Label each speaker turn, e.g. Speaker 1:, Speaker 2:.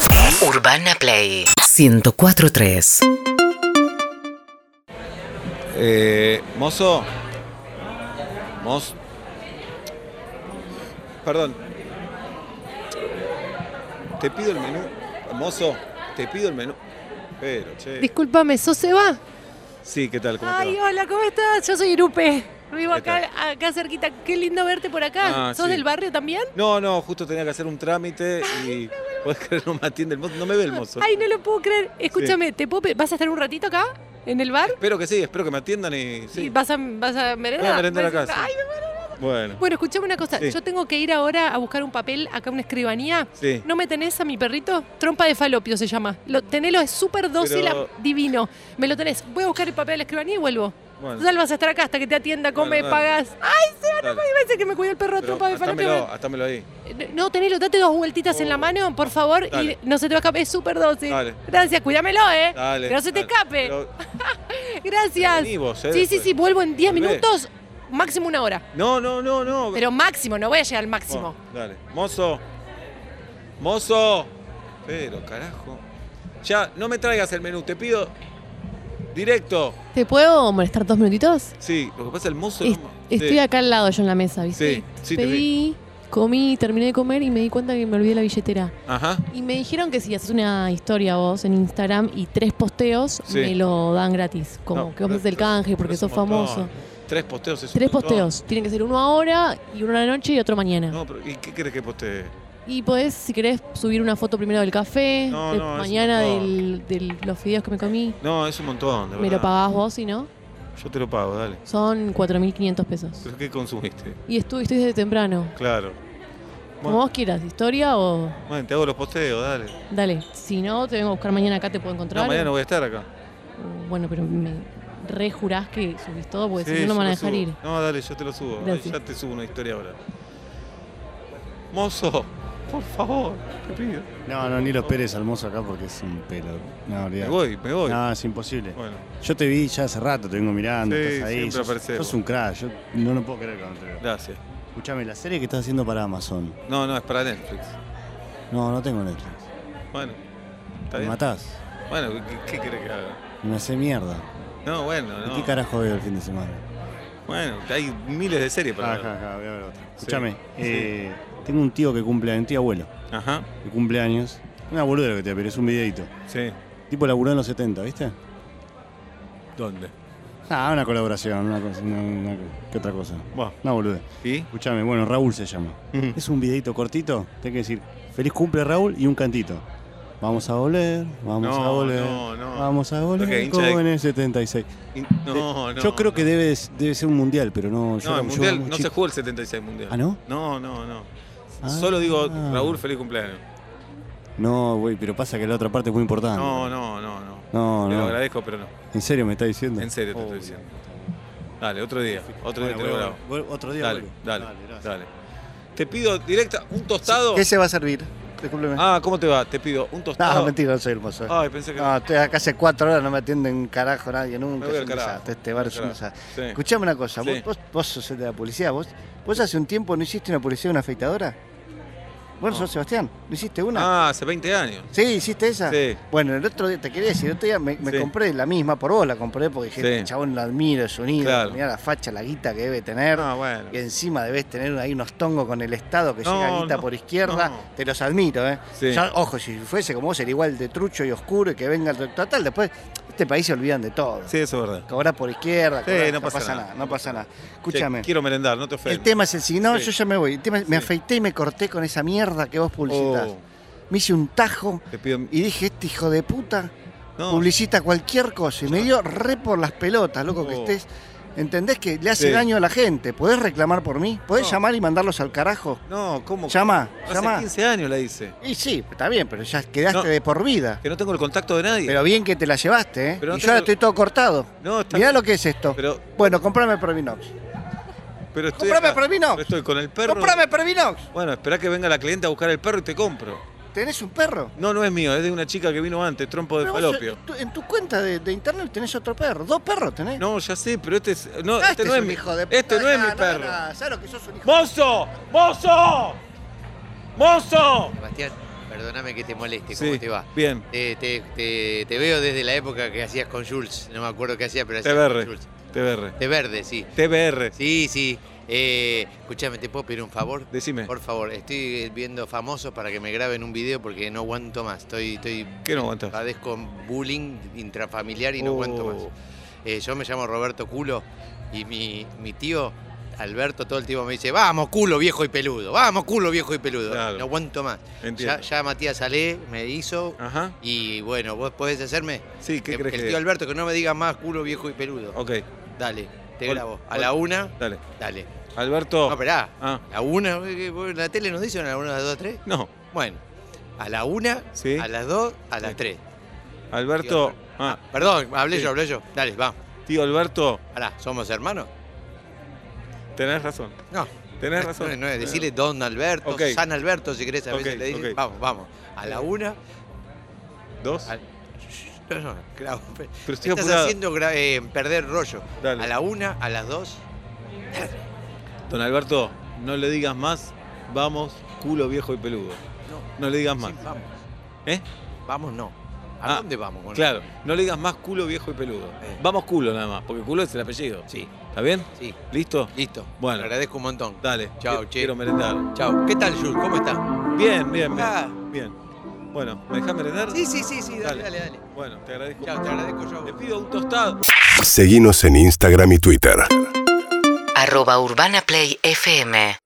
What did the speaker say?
Speaker 1: Play. Urbana Play 1043.
Speaker 2: Eh, mozo. Moz. Perdón. Te pido el menú. Mozo, te pido el menú. Pero, che.
Speaker 3: Discúlpame, ¿Soseba?
Speaker 2: Sí, ¿qué tal? ¿Cómo te
Speaker 3: Ay,
Speaker 2: va?
Speaker 3: hola, ¿cómo estás? Yo soy Irupe. Vivo
Speaker 2: ¿Qué
Speaker 3: acá, acá cerquita. Qué lindo verte por acá.
Speaker 2: Ah,
Speaker 3: ¿Sos
Speaker 2: sí.
Speaker 3: del barrio también?
Speaker 2: No, no, justo tenía que hacer un trámite y. ¿Podés creer? No me atiende el mozo. No me ve el mozo.
Speaker 3: Ay, no lo puedo creer. Escúchame, ¿te puedo pe- ¿vas a estar un ratito acá? ¿En el bar?
Speaker 2: Espero que sí, espero que me atiendan y. Sí.
Speaker 3: ¿Y vas a, vas a merendar?
Speaker 2: Voy a merendar acá, sí.
Speaker 3: Ay, me muero.
Speaker 2: Bueno.
Speaker 3: Bueno, escuchame una cosa.
Speaker 2: Sí.
Speaker 3: Yo tengo que ir ahora a buscar un papel acá, una escribanía.
Speaker 2: Sí.
Speaker 3: ¿No me tenés a mi perrito? Trompa de falopio se llama. Lo, tenelo, es súper dócil,
Speaker 2: Pero-
Speaker 3: a- divino. Me lo tenés. Voy a buscar el papel de la escribanía y vuelvo.
Speaker 2: Bueno.
Speaker 3: Total, vas a estar acá hasta que te atienda, come,
Speaker 2: Bueno, dale.
Speaker 3: pagás. ¡Ay, se van
Speaker 2: Dale.
Speaker 3: a parece que me cuidó el perro de
Speaker 2: Pero
Speaker 3: trompa de
Speaker 2: atámelo,
Speaker 3: falopio!
Speaker 2: atámelo ahí.
Speaker 3: Eh, No, tenelo, date dos vueltitas en la
Speaker 2: Oh.
Speaker 3: mano, por favor,
Speaker 2: Dale.
Speaker 3: y no se te va a escapar. Es súper dócil.
Speaker 2: Dale.
Speaker 3: Gracias, cuídamelo, ¿eh?
Speaker 2: Dale.
Speaker 3: que no se te
Speaker 2: dale.
Speaker 3: escape.
Speaker 2: Pero-
Speaker 3: Gracias.
Speaker 2: vení vos, eh,
Speaker 3: sí, sí,
Speaker 2: después.
Speaker 3: sí, vuelvo en 10
Speaker 2: Volvé.
Speaker 3: minutos, máximo una hora.
Speaker 2: No, no, no, no.
Speaker 3: Pero máximo, no voy a llegar al máximo.
Speaker 2: Bueno, dale. Mozo. Mozo. Pero, carajo. Ya, no me traigas el menú, te pido. Directo.
Speaker 4: ¿Te puedo molestar dos minutitos?
Speaker 2: Sí, lo que pasa el mozo.
Speaker 4: Es-
Speaker 2: no-
Speaker 4: Estoy
Speaker 2: Sí.
Speaker 4: acá al lado yo en la mesa, ¿viste?
Speaker 2: Sí, sí, te
Speaker 4: Pedí, comí, terminé de comer y me di cuenta que me olvidé la billetera.
Speaker 2: Ajá.
Speaker 4: Y me dijeron que si haces una historia vos en Instagram y tres posteos,
Speaker 2: Sí.
Speaker 4: me lo dan gratis. Como
Speaker 2: No,
Speaker 4: que vos
Speaker 2: pero-
Speaker 4: haces el canje porque
Speaker 2: pero es
Speaker 4: sos
Speaker 2: un montón.
Speaker 4: famoso.
Speaker 2: Tres posteos es un
Speaker 4: Tres
Speaker 2: montón.
Speaker 4: posteos. Tienen que ser uno ahora y uno a la noche y otro mañana.
Speaker 2: No, pero ¿y qué crees que postee?
Speaker 4: Y podés, si querés, subir una foto primero del café,
Speaker 2: No,
Speaker 4: de
Speaker 2: no, es un
Speaker 4: mañana
Speaker 2: montón.
Speaker 4: del- de los fideos que me comí.
Speaker 2: No, es un montón, de
Speaker 4: Me
Speaker 2: verdad.
Speaker 4: lo pagás vos, si no.
Speaker 2: Yo te lo pago, dale.
Speaker 4: Son 4.500 pesos.
Speaker 2: ¿Pero qué consumiste?
Speaker 4: Y estuve, estoy desde temprano.
Speaker 2: Claro.
Speaker 4: Como
Speaker 2: Bueno,
Speaker 4: vos quieras, historia o.
Speaker 2: bueno, te hago los posteos, dale.
Speaker 4: Dale, si no, te vengo a buscar mañana acá, te puedo encontrar.
Speaker 2: No, mañana no voy a estar acá.
Speaker 4: O, Bueno, pero me rejurás que subís todo, porque
Speaker 2: Sí,
Speaker 4: Pues, si no, no me
Speaker 2: yo
Speaker 4: van a
Speaker 2: lo
Speaker 4: dejar
Speaker 2: subo.
Speaker 4: ir.
Speaker 2: No, dale, yo te lo subo. Ay,
Speaker 4: Gracias.
Speaker 2: ya te subo una historia ahora. Mozo, por favor, te pido.
Speaker 5: No, no, ni lo esperes al mozo acá porque es un pelo. No,
Speaker 2: Me
Speaker 5: olvidate.
Speaker 2: voy, me voy.
Speaker 5: No, es imposible.
Speaker 2: Bueno,
Speaker 5: Yo te vi ya hace rato, te vengo mirando,
Speaker 2: Sí,
Speaker 5: estás ahí.
Speaker 2: siempre
Speaker 5: Sos,
Speaker 2: aparecés
Speaker 5: sos
Speaker 2: vos.
Speaker 5: un crack, yo no lo puedo creer cuando te veo.
Speaker 2: gracias.
Speaker 5: Escuchame, la serie que estás haciendo para Amazon.
Speaker 2: No, no, es para Netflix.
Speaker 5: No, no tengo Netflix.
Speaker 2: Bueno, está
Speaker 5: Me
Speaker 2: bien.
Speaker 5: matás.
Speaker 2: Bueno, ¿qué, qué querés que haga?
Speaker 5: Me hace mierda.
Speaker 2: No, bueno,
Speaker 5: ¿De
Speaker 2: no.
Speaker 5: qué carajo veo el fin de semana?
Speaker 2: Bueno, hay miles de series para
Speaker 5: Ajá,
Speaker 2: ver.
Speaker 5: ajá, voy a ver otra. Escuchame,
Speaker 2: Sí.
Speaker 5: eh, tengo un tío que cumple, un tío abuelo,
Speaker 2: Ajá,
Speaker 5: que cumple años. Una boluda lo que te pero es un videito.
Speaker 2: sí.
Speaker 5: Tipo laburó en los 70, ¿viste?
Speaker 2: ¿Dónde?
Speaker 5: Ah, una colaboración, una cosa, una- una- ¿qué otra cosa?
Speaker 2: Bueno,
Speaker 5: Una boluda.
Speaker 2: ¿y?
Speaker 5: Escuchame, bueno, Raúl se llama.
Speaker 2: Ujú.
Speaker 5: Es un videito cortito, tengo que decir, feliz cumple Raúl y un cantito. Vamos a volver, vamos
Speaker 2: No,
Speaker 5: a volver,
Speaker 2: no, no.
Speaker 5: vamos a volver
Speaker 2: Porque hincha de-
Speaker 5: con el 76.
Speaker 2: Y- No, no.
Speaker 5: yo creo que debe, debe ser un mundial, pero no... yo
Speaker 2: No,
Speaker 5: era-
Speaker 2: el
Speaker 5: yo
Speaker 2: mundial,
Speaker 5: era muy
Speaker 2: no se
Speaker 5: chico.
Speaker 2: jugó el 76 mundial.
Speaker 5: ¿Ah, no?
Speaker 2: No, no, no.
Speaker 5: Ah.
Speaker 2: Solo digo, Raúl, feliz cumpleaños.
Speaker 5: No, güey, pero pasa que la otra parte es muy importante.
Speaker 2: No, no, no, no.
Speaker 5: Ah. No,
Speaker 2: Te lo
Speaker 5: no.
Speaker 2: agradezco, pero no.
Speaker 5: ¿En serio me está diciendo?
Speaker 2: En serio te estoy
Speaker 5: Oh,
Speaker 2: diciendo. Dale, otro día. Otro día te
Speaker 5: bueno,
Speaker 2: lo
Speaker 5: bueno,
Speaker 2: grabo.
Speaker 5: bueno, Otro día
Speaker 2: Dale,
Speaker 5: vuelvo.
Speaker 2: dale,
Speaker 5: gracias.
Speaker 2: dale. Te pido directa un tostado.
Speaker 6: ¿Qué se va a servir? Discúlpeme.
Speaker 2: Ah, ¿cómo te va? Te pido un
Speaker 6: no,
Speaker 2: tostado.
Speaker 6: mentira, Ah, no soy hermoso.
Speaker 2: Ay, pensé que
Speaker 6: No, estoy acá hace cuatro horas, no me atienden un carajo nadie
Speaker 2: Me
Speaker 6: nunca.
Speaker 2: voy
Speaker 6: Es
Speaker 2: al
Speaker 6: un
Speaker 2: carajo.
Speaker 6: desastre, este bar es un
Speaker 2: Claro.
Speaker 6: desastre.
Speaker 2: Sí.
Speaker 6: Escuchame una cosa,
Speaker 2: Sí.
Speaker 6: vos, vos, vos sos el de la policía, vos. ¿Vos hace un tiempo no hiciste una policía de una afeitadora? Bueno,
Speaker 2: No.
Speaker 6: sos Sebastián, ¿no hiciste una?
Speaker 2: Ah, hace 20 años.
Speaker 6: Sí, hiciste esa.
Speaker 2: Sí.
Speaker 6: Bueno, el otro día, te quería decir, el otro día me, me
Speaker 2: Sí.
Speaker 6: compré la misma, por vos la compré porque dije,
Speaker 2: Sí.
Speaker 6: "Este chabón la admiro, es unido,
Speaker 2: Claro.
Speaker 6: mirá la facha, la guita que debe tener.
Speaker 2: Ah, bueno.
Speaker 6: Y encima debes tener ahí unos tongos con el Estado que
Speaker 2: No,
Speaker 6: llega guita
Speaker 2: no,
Speaker 6: por izquierda.
Speaker 2: no.
Speaker 6: Te los admiro, ¿eh?
Speaker 2: Sí.
Speaker 6: Ya, ojo, si fuese como vos, sería igual de trucho y oscuro y que venga el total. Después, este país se olvidan de todo.
Speaker 2: Sí, eso es verdad.
Speaker 6: Cobrás por izquierda,
Speaker 2: Sí,
Speaker 6: cobrás-
Speaker 2: no pasa nada,
Speaker 6: No pasa nada. Escúchame.
Speaker 2: Che, quiero merendar, no te ofendas.
Speaker 6: el tema es el siguiente. No,
Speaker 2: Sí.
Speaker 6: yo ya me voy. El tema es- Me
Speaker 2: Sí.
Speaker 6: afeité y me corté con esa mierda que vos publicitás.
Speaker 2: Oh,
Speaker 6: Me hice un tajo
Speaker 2: te pido.
Speaker 6: y dije, este hijo de puta
Speaker 2: No,
Speaker 6: publicita cualquier cosa. Y me dio re por las pelotas, loco, que
Speaker 2: Oh.
Speaker 6: estés. ¿Entendés que le hace
Speaker 2: Sí.
Speaker 6: daño a la gente? ¿Podés reclamar por mí? ¿Podés
Speaker 2: No.
Speaker 6: llamar y mandarlos al carajo?
Speaker 2: no, ¿cómo?
Speaker 6: Llama,
Speaker 2: Hace
Speaker 6: llama.
Speaker 2: 15 años la hice.
Speaker 6: Y sí, está bien, pero ya quedaste
Speaker 2: No.
Speaker 6: de por vida.
Speaker 2: Que no tengo el contacto de nadie.
Speaker 6: Pero bien que te la llevaste, ¿eh?
Speaker 2: Pero no
Speaker 6: y yo ahora
Speaker 2: tengo-
Speaker 6: estoy todo cortado.
Speaker 2: no, está
Speaker 6: Mirá lo que es esto.
Speaker 2: Pero,
Speaker 6: Bueno, comprame Pervinox.
Speaker 2: pero estoy.
Speaker 6: Comprame
Speaker 2: acá.
Speaker 6: Pervinox.
Speaker 2: Pero Estoy con el perro.
Speaker 6: Comprame Pervinox.
Speaker 2: Bueno, espera que venga la cliente a buscar el perro y te compro.
Speaker 6: ¿Tenés un perro?
Speaker 2: No, no es mío, es de una chica que vino antes, trompo de
Speaker 6: Pero vos,
Speaker 2: falopio.
Speaker 6: tú- en tu cuenta de, de internet tenés otro perro. Dos perros tenés.
Speaker 2: No, ya sé, pero este es. No,
Speaker 6: Ah,
Speaker 2: este, no es
Speaker 6: un
Speaker 2: mi.
Speaker 6: hijo de
Speaker 2: este
Speaker 6: puta.
Speaker 2: no es
Speaker 6: Ah,
Speaker 2: mi perro.
Speaker 6: no, ¿Sabes lo que sos un hijo
Speaker 2: ¡Mozo! ¡Mozo! ¡Mozo!
Speaker 6: Sebastián,
Speaker 7: Perdóname que te moleste,
Speaker 2: Sí,
Speaker 7: ¿cómo te va?
Speaker 2: Bien.
Speaker 7: Te, te- te- te veo desde la época que hacías con Jules, no me acuerdo qué hacías, pero hacías
Speaker 2: TBR.
Speaker 7: con Jules.
Speaker 2: TBR.
Speaker 7: De verde, sí.
Speaker 2: TBR.
Speaker 7: Sí, sí. Eh, escúchame, ¿te puedo pedir un favor?
Speaker 2: Decime.
Speaker 7: Por favor, estoy viendo famosos para que me graben un video porque no aguanto más. Estoy, estoy
Speaker 2: ¿Qué no aguantás?
Speaker 7: padezco bullying intrafamiliar y no
Speaker 2: Oh.
Speaker 7: aguanto más. Eh, yo me llamo Roberto Culo y mi, mi tío Alberto todo el tiempo me dice, vamos culo viejo y peludo, vamos culo viejo y peludo.
Speaker 2: Claro.
Speaker 7: No aguanto más.
Speaker 2: Entiendo.
Speaker 7: Ya, ya Matías Ale me hizo
Speaker 2: Ajá.
Speaker 7: y bueno, vos podés hacerme.
Speaker 2: Sí, ¿qué
Speaker 7: Que-
Speaker 2: crees
Speaker 7: que el
Speaker 2: que Oh.
Speaker 7: tío Alberto que no me diga más culo viejo y peludo.
Speaker 2: Ok,
Speaker 7: Dale, te
Speaker 2: Ol-
Speaker 7: grabo. A
Speaker 2: ol-
Speaker 7: la una,
Speaker 2: dale.
Speaker 7: dale.
Speaker 2: Alberto.
Speaker 7: No, esperá.
Speaker 2: Ah.
Speaker 7: A la una, eh, eh, la tele nos dicen a la una, a las dos, a las tres.
Speaker 2: No,
Speaker 7: Bueno, a la una,
Speaker 2: Sí.
Speaker 7: a las dos, a las
Speaker 2: Sí.
Speaker 7: tres.
Speaker 2: Alberto. Ah,
Speaker 7: Perdón, hablé
Speaker 2: Sí.
Speaker 7: yo, hablé yo. Dale, va.
Speaker 2: tío Alberto,
Speaker 7: Pará, ¿somos hermanos?
Speaker 2: tenés razón.
Speaker 7: No.
Speaker 2: Tenés razón.
Speaker 7: No, no, decirle Don Alberto,
Speaker 2: Ok.
Speaker 7: San Alberto, si querés, a veces
Speaker 2: Ok,
Speaker 7: le dicen.
Speaker 2: ok.
Speaker 7: Vamos, vamos. A la una.
Speaker 2: Dos.
Speaker 7: a- No, no, claro. Pero
Speaker 2: estoy
Speaker 7: estás
Speaker 2: apurado.
Speaker 7: haciendo gra- eh, perder rollo.
Speaker 2: Dale.
Speaker 7: A la una, a las dos.
Speaker 2: Don Alberto, no le digas más. Vamos, culo viejo y peludo.
Speaker 7: No,
Speaker 2: No le digas más.
Speaker 7: sí, vamos.
Speaker 2: ¿Eh?
Speaker 7: Vamos, no. ¿A
Speaker 2: Ah,
Speaker 7: dónde vamos? con
Speaker 2: Claro, no le digas más culo viejo y peludo.
Speaker 7: Eh.
Speaker 2: Vamos culo nada más, porque culo es el apellido.
Speaker 7: Sí.
Speaker 2: ¿Está bien?
Speaker 7: esto? Sí,
Speaker 2: ¿Listo?
Speaker 7: listo.
Speaker 2: Bueno.
Speaker 7: Te agradezco un montón.
Speaker 2: Dale.
Speaker 7: Chao,
Speaker 2: qui-
Speaker 7: che.
Speaker 2: Quiero merendar.
Speaker 7: Chao. ¿Qué tal, Jules? ¿Cómo estás?
Speaker 2: Bien, bien, bien.
Speaker 7: Ah.
Speaker 2: Bien. Bueno, ¿me dejás merendar?
Speaker 7: Sí, sí, sí, sí.
Speaker 2: Dale.
Speaker 7: Dale, dale, dale.
Speaker 2: Bueno, te agradezco.
Speaker 7: Chao, te agradezco yo. a vos.
Speaker 2: Te pido un tostado.
Speaker 8: Seguinos en Instagram y Twitter.
Speaker 1: arroba urbanaplayfm